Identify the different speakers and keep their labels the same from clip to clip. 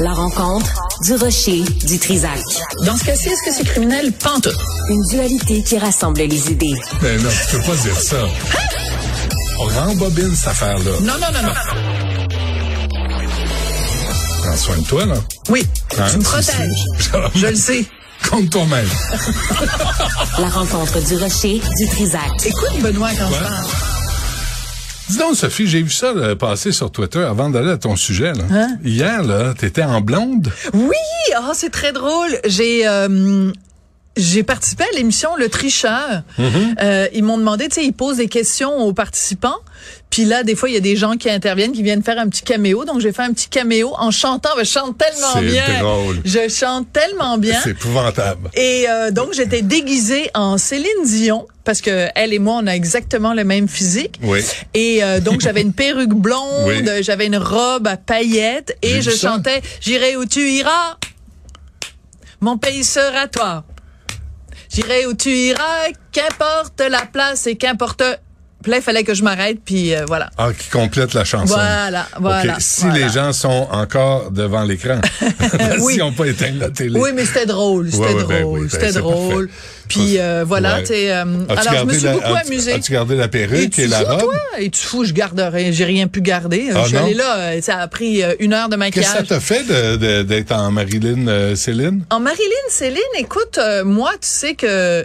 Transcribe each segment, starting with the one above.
Speaker 1: La rencontre du rocher du Trisac.
Speaker 2: Dans ce cas-ci, est-ce que c'est criminel? Pantoute.
Speaker 1: Une dualité qui rassemble les idées.
Speaker 3: Mais Ben non, tu peux pas dire ça. On rembobine cette affaire-là.
Speaker 2: Non, non, non, non.
Speaker 3: Prends soin de toi, là.
Speaker 2: Oui,
Speaker 3: Hein,
Speaker 2: tu me
Speaker 3: c'est-
Speaker 2: protèges.
Speaker 3: c'est-
Speaker 2: Je le sais.
Speaker 3: Compte toi-même.
Speaker 1: La rencontre du rocher du Trisac.
Speaker 2: Écoute, Benoît, quand je
Speaker 3: Ouais.
Speaker 2: parle.
Speaker 3: Dis donc, Sophie, j'ai vu ça là, passer sur Twitter avant d'aller à ton sujet. Là.
Speaker 2: Hein?
Speaker 3: Hier, là, t'étais en blonde.
Speaker 2: Oui, oh, c'est très drôle. J'ai euh, j'ai participé à l'émission Le Tricheur.
Speaker 3: Mm-hmm.
Speaker 2: Euh, ils m'ont demandé, tu sais, ils posent des questions aux participants. Puis là, des fois, il y a des gens qui interviennent, qui viennent faire un petit caméo. Donc, j'ai fait un petit caméo en chantant. Je chante tellement
Speaker 3: C'est
Speaker 2: bien.
Speaker 3: drôle.
Speaker 2: Je chante tellement bien.
Speaker 3: C'est épouvantable.
Speaker 2: Et euh, donc j'étais déguisée en Céline Dion parce que elle et moi on a exactement le même physique.
Speaker 3: Oui.
Speaker 2: Et euh, donc j'avais une perruque blonde,
Speaker 3: Oui.
Speaker 2: j'avais une robe à paillettes
Speaker 3: J'ai
Speaker 2: et je
Speaker 3: vu ça.
Speaker 2: chantais J'irai où tu iras. Mon pays sera toi. J'irai où tu iras, qu'importe la place et qu'importe Puis là, il fallait que je m'arrête puis euh, voilà.
Speaker 3: Ah, qui complète la chanson.
Speaker 2: Voilà,
Speaker 3: OK,
Speaker 2: voilà,
Speaker 3: Si
Speaker 2: voilà.
Speaker 3: les gens sont encore devant l'écran,
Speaker 2: Oui.
Speaker 3: s'ils n'ont pas éteint la télé.
Speaker 2: Oui, mais c'était drôle, c'était
Speaker 3: Ouais, ouais,
Speaker 2: drôle,
Speaker 3: ben oui, ben
Speaker 2: c'était
Speaker 3: c'est
Speaker 2: drôle.
Speaker 3: parfait.
Speaker 2: Puis euh, voilà,
Speaker 3: Ouais.
Speaker 2: tu sais, euh,
Speaker 3: As-tu
Speaker 2: alors je me
Speaker 3: gardé
Speaker 2: suis
Speaker 3: la-
Speaker 2: beaucoup
Speaker 3: as-tu-
Speaker 2: amusée.
Speaker 3: As-tu gardé la
Speaker 2: Et
Speaker 3: perruque et,
Speaker 2: tu
Speaker 3: la
Speaker 2: fous,
Speaker 3: robe?
Speaker 2: toi? Et tu fous, je garde rien, j'ai rien pu garder. Euh,
Speaker 3: Ah,
Speaker 2: je suis
Speaker 3: non?
Speaker 2: allée là, euh, ça a pris euh, une heure de
Speaker 3: Qu'est-ce que ça
Speaker 2: maquillage.
Speaker 3: t'a fait de- de- d'être en Marilyn euh, Céline?
Speaker 2: En Marilyn, Céline, écoute, euh, moi, tu sais que...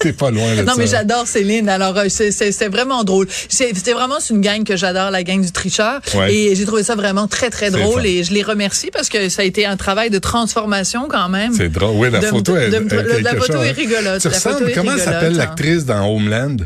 Speaker 3: T'es pas loin de
Speaker 2: Non,
Speaker 3: ça.
Speaker 2: mais j'adore Céline, alors euh, c'est- c'est c'est vraiment drôle. C'est c'est vraiment c'est une gang que j'adore, la gang du tricheur.
Speaker 3: Ouais.
Speaker 2: Et j'ai trouvé ça vraiment très, très
Speaker 3: C'est
Speaker 2: drôle.
Speaker 3: fun.
Speaker 2: Et je les remercie parce que ça a été un travail de transformation quand même.
Speaker 3: C'est drôle. Oui, la
Speaker 2: De-
Speaker 3: photo
Speaker 2: de-
Speaker 3: est,
Speaker 2: de-
Speaker 3: est
Speaker 2: la-
Speaker 3: quelque
Speaker 2: la photo
Speaker 3: chose,
Speaker 2: est
Speaker 3: hein.
Speaker 2: rigolote.
Speaker 3: Tu
Speaker 2: La photo
Speaker 3: ressembles,
Speaker 2: est
Speaker 3: comment
Speaker 2: rigolote,
Speaker 3: s'appelle
Speaker 2: hein.
Speaker 3: l'actrice dans Homeland?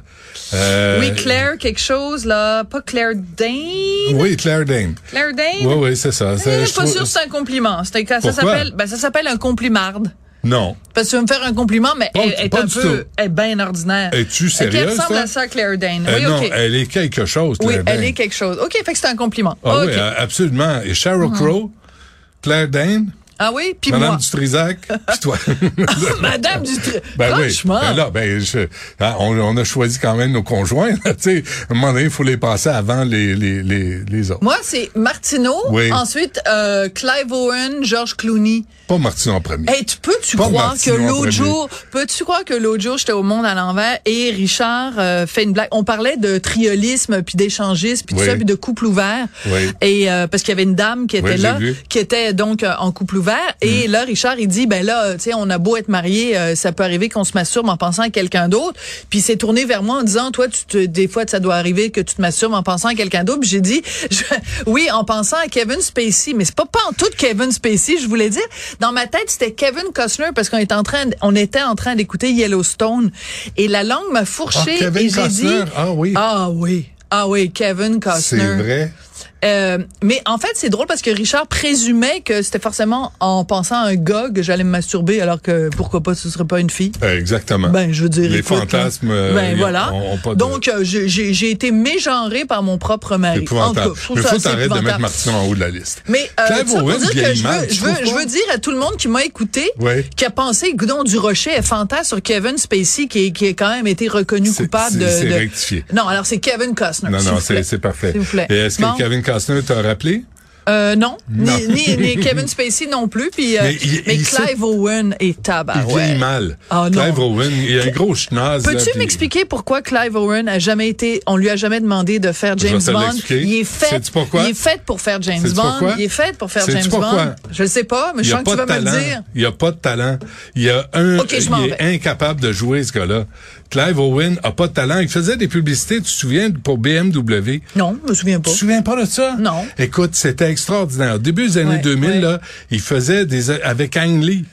Speaker 3: Euh,
Speaker 2: Oui, Claire quelque chose, là. Pas Claire Dane.
Speaker 3: Oui, Claire Dane.
Speaker 2: Claire Dane.
Speaker 3: Oui, oui, c'est ça. C'est-
Speaker 2: Eh,
Speaker 3: je
Speaker 2: pas
Speaker 3: trouve-
Speaker 2: sûr que c'est un compliment. C'est- Ça
Speaker 3: Pourquoi?
Speaker 2: s'appelle ben, ça s'appelle un complimarde.
Speaker 3: Non.
Speaker 2: Parce que tu veux me faire un compliment, mais
Speaker 3: Pas-
Speaker 2: elle est
Speaker 3: pas
Speaker 2: un
Speaker 3: du
Speaker 2: peu,
Speaker 3: tout.
Speaker 2: elle est bien ordinaire.
Speaker 3: Es-tu sérieuse,
Speaker 2: Elle ressemble
Speaker 3: toi?
Speaker 2: à ça, Claire Dane.
Speaker 3: Euh,
Speaker 2: oui,
Speaker 3: non,
Speaker 2: ok.
Speaker 3: elle est quelque chose,
Speaker 2: oui,
Speaker 3: Claire Dane.
Speaker 2: elle est quelque chose. Ok, fait que c'est un compliment.
Speaker 3: Ah
Speaker 2: Ok.
Speaker 3: oui, euh, absolument. Et Sheryl Crow, Claire Dane,
Speaker 2: ah oui, puis
Speaker 3: Madame
Speaker 2: moi,
Speaker 3: Dutrisac, puis toi.
Speaker 2: Madame du, tri-
Speaker 3: Ben oui,
Speaker 2: franchement,
Speaker 3: ben là, ben je- hein, on, on a choisi quand même nos conjoints. là, tu sais. à un moment donné, il faut les passer avant les, les, les, les autres.
Speaker 2: moi c'est Martineau.
Speaker 3: Oui.
Speaker 2: Ensuite, euh, Clive Owen, George Clooney.
Speaker 3: Pas Martine en premier.
Speaker 2: Hey, tu peux-tu
Speaker 3: Pas
Speaker 2: croire que
Speaker 3: Martineau en
Speaker 2: l'autre
Speaker 3: premier.
Speaker 2: jour, peux-tu croire que l'autre jour, j'étais au Monde à l'envers et Richard euh, fait une blague. On parlait de triolisme, puis d'échangisme, puis
Speaker 3: Oui.
Speaker 2: tout ça, puis de couple ouvert.
Speaker 3: Oui.
Speaker 2: Et euh, parce qu'il y avait une dame qui était
Speaker 3: Oui, j'ai
Speaker 2: là,
Speaker 3: vu. Mm.
Speaker 2: qui était donc euh, en couple ouvert. Et là, Richard, il dit, ben là, tu sais, on a beau être marié, ça peut arriver qu'on se masturbe en pensant à quelqu'un d'autre. Puis il s'est tourné vers moi en disant, toi, tu te, des fois, ça doit arriver que tu te masturbes en pensant à quelqu'un d'autre. Puis j'ai dit, je- oui, en pensant à Kevin Spacey, mais c'est pas pas en tout Kevin Spacey, je voulais dire. Dans ma tête, c'était Kevin Costner parce qu'on était en train, d- on était en train d'écouter Yellowstone et la langue m'a fourché
Speaker 3: Ah, Kevin
Speaker 2: et j'ai dit,
Speaker 3: Costner, ah oui.
Speaker 2: ah oui. Ah oui, Kevin Costner.
Speaker 3: C'est vrai.
Speaker 2: Euh, mais en fait, c'est drôle parce que Richard présumait que c'était forcément en pensant à un gars que j'allais me masturber, alors que pourquoi pas, ce serait pas une fille.
Speaker 3: Euh, Exactement.
Speaker 2: Ben, je veux dire,
Speaker 3: Les
Speaker 2: écoute,
Speaker 3: fantasmes,
Speaker 2: là,
Speaker 3: euh,
Speaker 2: ben
Speaker 3: y-
Speaker 2: voilà.
Speaker 3: ont- ont pas de-
Speaker 2: Donc, euh, j'ai- j'ai j'ai été mégenrée par mon propre
Speaker 3: C'est
Speaker 2: mari. En tout cas,
Speaker 3: épouvantable.
Speaker 2: je trouve
Speaker 3: Mais
Speaker 2: ça
Speaker 3: faut
Speaker 2: assez
Speaker 3: t'arrêter de mettre
Speaker 2: épouvantable.
Speaker 3: Martine en haut de la liste.
Speaker 2: Mais euh,
Speaker 3: Claire
Speaker 2: tout ça pour
Speaker 3: Owen,
Speaker 2: dire que je
Speaker 3: vieillement,
Speaker 2: veux,
Speaker 3: tu
Speaker 2: je, veux,
Speaker 3: trouves
Speaker 2: je
Speaker 3: pas?
Speaker 2: veux dire à tout le monde qui m'a écouté,
Speaker 3: Ouais.
Speaker 2: qui a pensé Goudon du Rocher est fantasme sur Kevin Spacey, qui, est- qui a quand même été reconnu
Speaker 3: C'est-
Speaker 2: coupable
Speaker 3: c'est-
Speaker 2: de...
Speaker 3: c'est
Speaker 2: de-
Speaker 3: rectifié.
Speaker 2: Non, alors c'est Kevin Costner.
Speaker 3: Non,
Speaker 2: s'il
Speaker 3: non,
Speaker 2: vous
Speaker 3: c'est
Speaker 2: plaît.
Speaker 3: c'est parfait.
Speaker 2: S'il vous plaît.
Speaker 3: Et est-ce que
Speaker 2: Bon.
Speaker 3: Kevin Costner t'a rappelé?
Speaker 2: Euh, non,
Speaker 3: Non.
Speaker 2: Ni, ni, ni Kevin Spacey non plus. Puis, euh,
Speaker 3: Mais il-
Speaker 2: mais
Speaker 3: il
Speaker 2: Clive
Speaker 3: sait-
Speaker 2: Owen est
Speaker 3: Il vieillit
Speaker 2: tabarouette.
Speaker 3: mal.
Speaker 2: Ah, non.
Speaker 3: Clive Owen, il a un gros schnoz. là,
Speaker 2: Peux-tu
Speaker 3: puis-
Speaker 2: m'expliquer pourquoi Clive Owen a jamais été, on lui a jamais demandé de faire
Speaker 3: vais
Speaker 2: James
Speaker 3: te
Speaker 2: Bond?
Speaker 3: l'expliquer.
Speaker 2: Il est fait,
Speaker 3: Sais-tu pourquoi?
Speaker 2: il est fait pour faire James
Speaker 3: Sais-tu
Speaker 2: Bond.
Speaker 3: pourquoi?
Speaker 2: Il est fait pour faire
Speaker 3: Sais-tu
Speaker 2: James
Speaker 3: pourquoi?
Speaker 2: Bond. Je le sais pas, mais je
Speaker 3: Il y a
Speaker 2: sens que
Speaker 3: pas
Speaker 2: tu vas
Speaker 3: de
Speaker 2: me le
Speaker 3: talent.
Speaker 2: dire.
Speaker 3: Il n'y a pas de talent. Il y a un,
Speaker 2: Ok, je m'en
Speaker 3: il
Speaker 2: vais.
Speaker 3: est incapable de jouer ce gars-là. Clive Owen a pas de talent. Il faisait des publicités, tu te souviens, pour BMW.
Speaker 2: Non, je me souviens pas.
Speaker 3: Tu te souviens pas de ça?
Speaker 2: Non.
Speaker 3: Écoute, c'était extraordinaire. Au début des années
Speaker 2: Ouais,
Speaker 3: 2000,
Speaker 2: ouais.
Speaker 3: là, il faisait des, avec Ang Lee.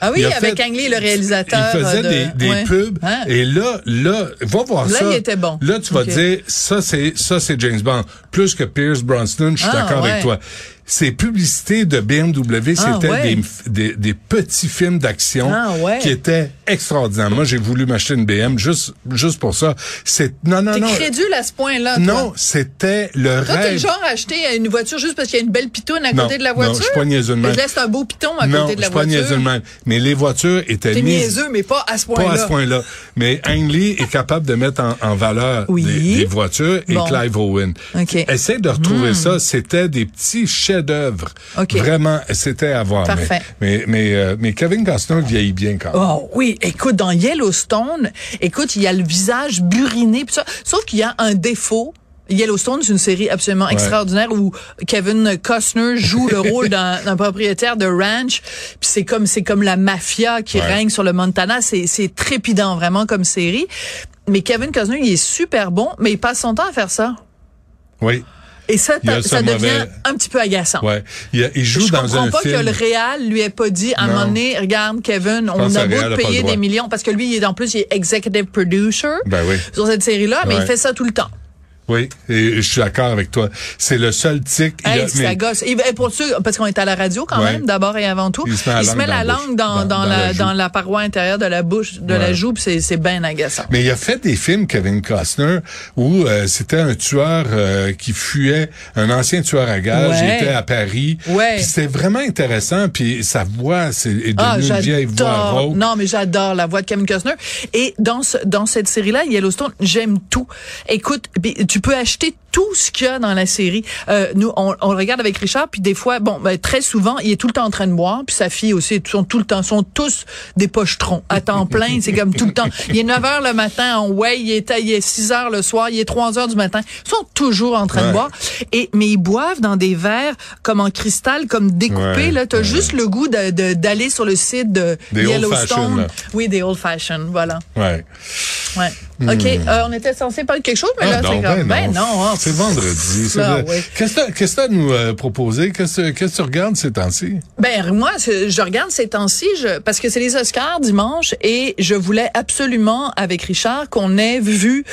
Speaker 2: Ah oui,
Speaker 3: Il a
Speaker 2: avec
Speaker 3: fait-
Speaker 2: Ang Lee, le réalisateur. euh,
Speaker 3: Il faisait
Speaker 2: de-
Speaker 3: des, des
Speaker 2: ouais.
Speaker 3: pubs.
Speaker 2: Hein?
Speaker 3: Et là, là, va voir
Speaker 2: Là,
Speaker 3: ça.
Speaker 2: il était bon.
Speaker 3: Là, tu vas
Speaker 2: Ok.
Speaker 3: dire, ça, c'est, ça, c'est James Bond. Plus que Pierce Brosnan, je suis
Speaker 2: Ah,
Speaker 3: d'accord
Speaker 2: ouais.
Speaker 3: avec toi. Ces publicités de BMW,
Speaker 2: Ah,
Speaker 3: c'était
Speaker 2: ouais.
Speaker 3: des, f- des, des petits films d'action
Speaker 2: Ah, ouais.
Speaker 3: qui étaient extraordinaires. Moi, j'ai voulu m'acheter une BM juste, juste pour ça. C'est, non, non,
Speaker 2: T'es
Speaker 3: non.
Speaker 2: crédule à ce point-là, toi.
Speaker 3: Non, c'était le
Speaker 2: Toi, t'es le
Speaker 3: rêve.
Speaker 2: genre à acheter une voiture juste parce qu'il y a une belle pitoune à côté
Speaker 3: Non,
Speaker 2: de la
Speaker 3: non,
Speaker 2: voiture.
Speaker 3: je suis pas niaiseux de même.
Speaker 2: Je laisse un beau piton à
Speaker 3: non,
Speaker 2: côté de la
Speaker 3: je suis pas
Speaker 2: voiture.
Speaker 3: niaiseux de même. Mais les voitures étaient
Speaker 2: T'es
Speaker 3: mises
Speaker 2: niaiseux, mais pas à ce
Speaker 3: Pas
Speaker 2: point-là.
Speaker 3: à ce point-là. Mais Ang Lee est capable de mettre en, en valeur
Speaker 2: Oui.
Speaker 3: des, des voitures et
Speaker 2: Bon.
Speaker 3: Clive Owen.
Speaker 2: OK. Hmm.
Speaker 3: Essaye de retrouver ça. C'était des petits chefs-d'œuvre.
Speaker 2: OK.
Speaker 3: Vraiment, c'était à voir.
Speaker 2: Parfait.
Speaker 3: Mais, mais, mais, euh, mais Kevin Costner vieillit bien quand même.
Speaker 2: Oh oui, écoute, dans Yellowstone, écoute, il y a le visage buriné, pis ça. sauf qu'il y a un défaut. Yellowstone, c'est une série absolument extraordinaire où Kevin Costner joue le rôle d'un d'un propriétaire de ranch. Puis c'est comme c'est comme la mafia qui
Speaker 3: Ouais.
Speaker 2: règne sur le Montana. C'est c'est trépidant vraiment comme série. Mais Kevin Costner, il est super bon, mais il passe son temps à faire ça.
Speaker 3: Oui.
Speaker 2: Et ça,
Speaker 3: Il y a
Speaker 2: ça
Speaker 3: ce
Speaker 2: devient
Speaker 3: mauvais-
Speaker 2: un petit peu agaçant.
Speaker 3: Ouais. Il, y a- il joue
Speaker 2: Je
Speaker 3: dans
Speaker 2: comprends
Speaker 3: un
Speaker 2: pas
Speaker 3: film.
Speaker 2: que le Real lui ait pas dit à un
Speaker 3: Non.
Speaker 2: moment donné, regarde Kevin, on
Speaker 3: pense que
Speaker 2: a
Speaker 3: le
Speaker 2: beau te
Speaker 3: Real a pas le
Speaker 2: payer
Speaker 3: droit.
Speaker 2: des millions parce que lui, il est en plus il est executive producer
Speaker 3: Ben oui.
Speaker 2: sur cette série-là, mais il
Speaker 3: Ouais.
Speaker 2: fait ça tout le temps.
Speaker 3: Oui, et je suis d'accord avec toi. C'est le seul tic. il
Speaker 2: Hey,
Speaker 3: a-
Speaker 2: puis ça
Speaker 3: mais-
Speaker 2: gosse. Et ben, pour ceux, parce qu'on est à la radio quand
Speaker 3: Ouais.
Speaker 2: même, d'abord et avant tout,
Speaker 3: Il se met la langue dans la
Speaker 2: langue dans, dans
Speaker 3: bouche, dans- dans
Speaker 2: la,
Speaker 3: la joue.
Speaker 2: dans la paroi intérieure de la bouche, de la
Speaker 3: Ouais.
Speaker 2: joue, puis c'est, c'est bien agaçant.
Speaker 3: Mais il a fait des films, Kevin Costner, où euh, c'était un tueur euh, qui fuyait, un ancien tueur à gages,
Speaker 2: Ouais.
Speaker 3: il était à Paris.
Speaker 2: Ouais.
Speaker 3: Puis C'était vraiment intéressant, puis sa voix c'est, est devenue
Speaker 2: Ah,
Speaker 3: une vieille voix
Speaker 2: j'adore.
Speaker 3: rauque.
Speaker 2: Non, mais j'adore la voix de Kevin Costner. Et dans ce, dans cette série-là, Yellowstone, j'aime tout. Écoute, bi- tu peux acheter tout ce qu'il y a dans la série. Euh, nous, on, on le regarde avec Richard, puis des fois, bon, ben, très souvent, il est tout le temps en train de boire, puis sa fille aussi, ils sont tout le temps, sont tous des pochetrons à temps plein, c'est comme tout le temps. Il est 9 heures le matin, on ouais, il est, il est 6 heures le soir, il est 3 heures du matin. Ils sont toujours en train de
Speaker 3: Ouais.
Speaker 2: boire. Et, mais ils boivent dans des verres comme en cristal, comme découpés,
Speaker 3: Ouais,
Speaker 2: là. T'as juste le goût de- de- d'aller sur le site de
Speaker 3: Des old fashioned,
Speaker 2: Yellowstone.
Speaker 3: là.
Speaker 2: Oui, des old fashioned, voilà.
Speaker 3: Ouais.
Speaker 2: Ouais. OK, euh, on était censé parler de quelque chose, mais
Speaker 3: Hmm.
Speaker 2: là,
Speaker 3: Ah, non,
Speaker 2: c'est comme,
Speaker 3: ben non.
Speaker 2: oh,
Speaker 3: c'est vendredi. c'est
Speaker 2: Ah,
Speaker 3: vrai.
Speaker 2: ouais.
Speaker 3: Qu'est-ce que t'as- qu'est-ce que tu nous euh, proposé? Qu'est-ce que- qu'est-ce que tu regardes ces temps-ci?
Speaker 2: Ben moi, ce- je regarde ces temps-ci je- parce que c'est les Oscars dimanche et je voulais absolument avec Richard qu'on ait vu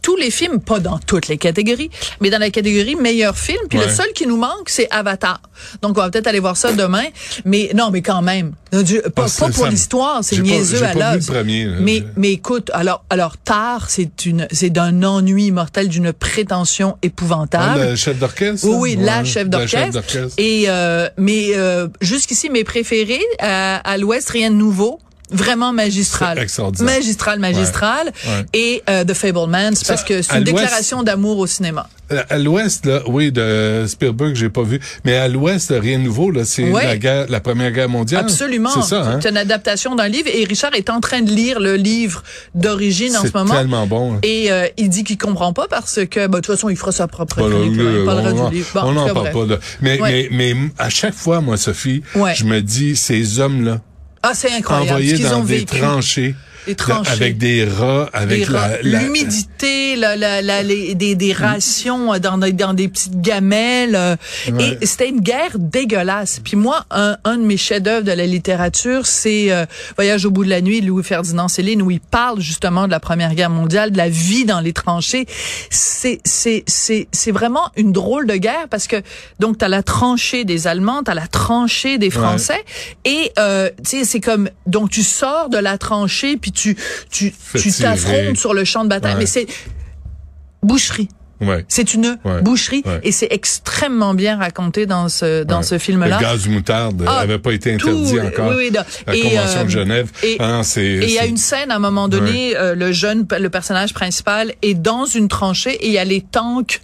Speaker 2: tous les films, pas dans toutes les catégories, mais dans la catégorie meilleur film. Puis le
Speaker 3: Ouais.
Speaker 2: seul qui nous manque, c'est Avatar. Donc on va peut-être aller voir ça demain. Mais non, mais quand même, Dieu, pas,
Speaker 3: Ah,
Speaker 2: pas
Speaker 3: ça,
Speaker 2: pour
Speaker 3: ça-
Speaker 2: l'histoire, c'est
Speaker 3: j'ai pas-
Speaker 2: niaiseux
Speaker 3: j'ai
Speaker 2: à
Speaker 3: pas vu
Speaker 2: l'os.
Speaker 3: le premier, là.
Speaker 2: Mais mais écoute, alors alors Tar, c'est une c'est d'un ennui mortel, d'une prétention épouvantable.
Speaker 3: Ah, le chef d'orchestre?
Speaker 2: Ah, Oui, oui,
Speaker 3: Ouais,
Speaker 2: la chef
Speaker 3: chef
Speaker 2: d'orchestre. Et euh, mais euh, jusqu'ici mes préférés à, à l'Ouest, rien de nouveau. Vraiment magistral.
Speaker 3: C'est extraordinaire.
Speaker 2: Magistral, magistral.
Speaker 3: Ouais, ouais.
Speaker 2: Et euh, The Fablemans,
Speaker 3: Ça,
Speaker 2: parce que c'est
Speaker 3: à
Speaker 2: une
Speaker 3: l'Ouest-
Speaker 2: déclaration d'amour au cinéma.
Speaker 3: Euh, À l'ouest, là, oui, de Spielberg, j'ai pas vu. Mais à l'ouest, rien de nouveau, là, c'est
Speaker 2: Ouais.
Speaker 3: la guerre, la première guerre mondiale.
Speaker 2: Absolument.
Speaker 3: Ah, C'est ça, hein?
Speaker 2: C'est une adaptation d'un livre. Et Richard est en train de lire le livre d'origine en
Speaker 3: C'est
Speaker 2: ce moment.
Speaker 3: tellement bon, hein.
Speaker 2: Et euh, il dit qu'il comprend pas parce que, bah, de toute façon, il fera sa propre
Speaker 3: Voilà,
Speaker 2: critique, là.
Speaker 3: euh,
Speaker 2: Il parlera
Speaker 3: on en-
Speaker 2: du livre. Bon,
Speaker 3: on
Speaker 2: en tout
Speaker 3: n'en
Speaker 2: cas,
Speaker 3: parle
Speaker 2: bref.
Speaker 3: pas là. Mais,
Speaker 2: Ouais.
Speaker 3: mais, mais à chaque fois, moi, Sophie,
Speaker 2: Ouais.
Speaker 3: je me dis, ces hommes-là,
Speaker 2: Ah, c'est incroyable. Ce
Speaker 3: envoyés
Speaker 2: qu'ils
Speaker 3: dans
Speaker 2: ont
Speaker 3: des
Speaker 2: vécu.
Speaker 3: tranchées,
Speaker 2: Des
Speaker 3: de-
Speaker 2: tranchées.
Speaker 3: avec des rats, avec
Speaker 2: Des ra-
Speaker 3: la, la-
Speaker 2: l'humidité, la, la, la- les- des, des rations euh, dans, des- dans des petites gamelles. euh,
Speaker 3: Ouais.
Speaker 2: Et c'était une guerre dégueulasse. Puis moi, un, un de mes chefs-d'œuvre de la littérature, c'est euh, Voyage au bout de la nuit, Louis-Ferdinand Céline, où il parle justement de la Première Guerre mondiale, de la vie dans les tranchées. C'est c'est c'est c'est vraiment une drôle de guerre parce que donc t'as la tranchée des Allemands, t'as la tranchée des Français, et euh, tu sais c'est comme donc tu sors de la tranchée puis tu tu tu
Speaker 3: tirer.
Speaker 2: t'affrontes sur le champ de bataille,
Speaker 3: Ouais.
Speaker 2: mais c'est boucherie.
Speaker 3: Ouais.
Speaker 2: C'est une
Speaker 3: Ouais.
Speaker 2: boucherie
Speaker 3: Ouais.
Speaker 2: et c'est extrêmement bien raconté dans ce dans
Speaker 3: Ouais.
Speaker 2: ce
Speaker 3: Le
Speaker 2: film-là.
Speaker 3: gaz moutarde
Speaker 2: Ah,
Speaker 3: avait pas été
Speaker 2: tout,
Speaker 3: interdit encore.
Speaker 2: oui, oui, non.
Speaker 3: La
Speaker 2: Et,
Speaker 3: Convention
Speaker 2: euh,
Speaker 3: de Genève.
Speaker 2: et-
Speaker 3: Ah non, c'est-
Speaker 2: Et il y a
Speaker 3: c'est-
Speaker 2: une scène à un moment donné, euh, le jeune, le personnage principal est dans une tranchée et il y a les tanks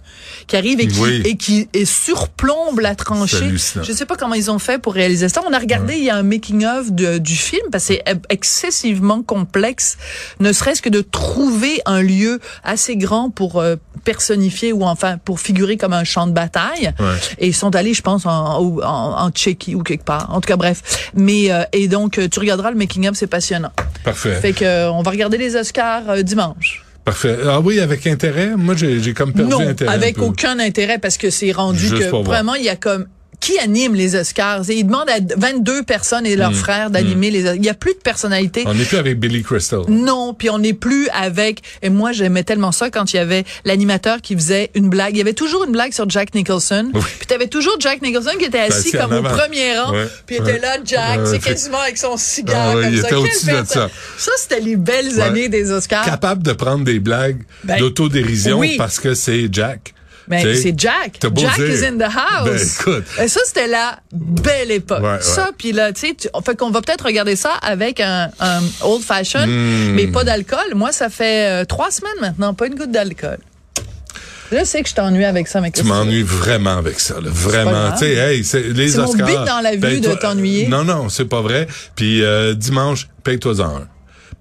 Speaker 2: qui arrivent et qui
Speaker 3: Oui.
Speaker 2: et qui et surplombent la tranchée.
Speaker 3: hallucinant.
Speaker 2: Je sais pas comment ils ont fait pour réaliser ça. On a regardé, il y a un making of de- du film parce que c'est e- excessivement complexe, ne serait-ce que de trouver un lieu assez grand pour euh, personnifier ou enfin pour figurer comme un champ de bataille.
Speaker 3: Ouais.
Speaker 2: Et ils sont allés, je pense, en, au- en, en Tchéquie ou quelque part. En tout cas, bref. Mais euh, et donc, euh, tu regarderas le making of, c'est passionnant.
Speaker 3: Parfait.
Speaker 2: Fait que euh, on va regarder les Oscars euh, dimanche.
Speaker 3: Parfait. Ah oui, avec intérêt. Moi, j'ai j'ai comme perdu
Speaker 2: non,
Speaker 3: intérêt. un
Speaker 2: avec
Speaker 3: peu.
Speaker 2: aucun intérêt parce que c'est rendu
Speaker 3: Juste
Speaker 2: que
Speaker 3: pour voir.
Speaker 2: vraiment il y a comme qui anime les Oscars? Et ils demandent à 22 personnes et
Speaker 3: Hmm.
Speaker 2: leurs frères d'animer les Oscars. Il n'y a plus de personnalité.
Speaker 3: On n'est plus avec Billy Crystal.
Speaker 2: Non, puis on n'est plus avec. Et moi, j'aimais tellement ça quand il y avait l'animateur qui faisait une blague. Il y avait toujours une blague sur Jack Nicholson.
Speaker 3: Oui.
Speaker 2: Puis t'avais toujours Jack Nicholson qui était assis
Speaker 3: assis en
Speaker 2: comme au
Speaker 3: avant.
Speaker 2: premier rang.
Speaker 3: Ouais.
Speaker 2: Puis il était
Speaker 3: Ouais.
Speaker 2: là, Jack,
Speaker 3: Ouais,
Speaker 2: c'est
Speaker 3: fait-
Speaker 2: quasiment avec son cigare
Speaker 3: Ah ouais,
Speaker 2: comme
Speaker 3: il
Speaker 2: ça.
Speaker 3: était
Speaker 2: Quelle
Speaker 3: au-dessus de
Speaker 2: personne-
Speaker 3: ça.
Speaker 2: Ça, c'était les belles
Speaker 3: Ouais.
Speaker 2: années des Oscars.
Speaker 3: Capable de prendre des blagues
Speaker 2: Ben,
Speaker 3: d'autodérision
Speaker 2: oui.
Speaker 3: parce que c'est Jack.
Speaker 2: Mais
Speaker 3: Tu sais,
Speaker 2: c'est Jack.
Speaker 3: t'as beau
Speaker 2: Jack
Speaker 3: dire.
Speaker 2: is in the
Speaker 3: Ben,
Speaker 2: house.
Speaker 3: écoute.
Speaker 2: Et ça, c'était la belle époque.
Speaker 3: Ouais, ouais.
Speaker 2: Ça, puis là, tu sais, tu- fait qu'on va peut-être regarder ça avec un, un old fashion,
Speaker 3: Hmm.
Speaker 2: mais pas d'alcool. Moi, ça fait euh, trois semaines maintenant, pas une goutte d'alcool. Je sais que je t'ennuie avec ça, mais
Speaker 3: Tu
Speaker 2: qu'est-ce que
Speaker 3: m'ennuies vraiment avec ça, là.
Speaker 2: pas
Speaker 3: vraiment.
Speaker 2: grave.
Speaker 3: Tu sais, hey, c'est les
Speaker 2: C'est mon
Speaker 3: Oscars.
Speaker 2: but dans la vie de
Speaker 3: paye-toi-
Speaker 2: t'ennuyer.
Speaker 3: Non, non, c'est pas vrai. Puis euh, dimanche, paye-toi-en un.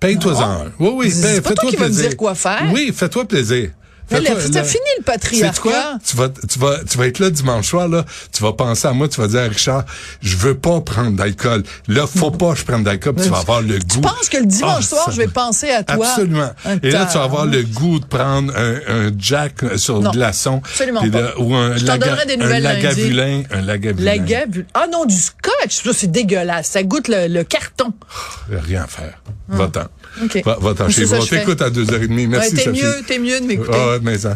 Speaker 3: Paye-toi-en un. Oui, oui.
Speaker 2: Ah. C'est
Speaker 3: ben,
Speaker 2: pas toi
Speaker 3: fais-toi
Speaker 2: qui vas me
Speaker 3: plaisir.
Speaker 2: dire quoi faire.
Speaker 3: Oui, fais-toi plaisir.
Speaker 2: Mais
Speaker 3: Fais-toi-
Speaker 2: là, t'as
Speaker 3: là-
Speaker 2: fini le patriarcat.
Speaker 3: Sais-tu quoi? Tu vas, tu vas, tu vas être là dimanche soir, là. Tu vas penser à moi, tu vas dire à Richard, je veux pas prendre d'alcool. Là, faut pas que je prenne d'alcool, puis tu vas avoir le
Speaker 2: Tu
Speaker 3: goût.
Speaker 2: penses que le dimanche
Speaker 3: Ah,
Speaker 2: soir,
Speaker 3: ça-
Speaker 2: je vais penser à toi?
Speaker 3: Absolument.
Speaker 2: Un
Speaker 3: Et là, tu vas
Speaker 2: tas.
Speaker 3: avoir le goût de prendre un, un Jack euh, sur
Speaker 2: Non,
Speaker 3: glaçon.
Speaker 2: absolument
Speaker 3: puis de-
Speaker 2: pas.
Speaker 3: Ou un,
Speaker 2: Je t'en donnerai des
Speaker 3: un
Speaker 2: nouvelles lundi.
Speaker 3: lagavulin. Un lagavulin.
Speaker 2: La gueule. Ah non, du scotch. Ça, c'est dégueulasse. Ça goûte le, le carton.
Speaker 3: Rien à faire. Va-t'en.
Speaker 2: Ah. OK.
Speaker 3: Va- Va-t'en
Speaker 2: C'est
Speaker 3: chez
Speaker 2: ça
Speaker 3: vous.
Speaker 2: que
Speaker 3: On
Speaker 2: je fais.
Speaker 3: t'écoute à 2h30. Merci,
Speaker 2: Ouais, t'es
Speaker 3: Sophie.
Speaker 2: mieux, t'es mieux de m'écouter.
Speaker 3: Ah, ouais, mais ça.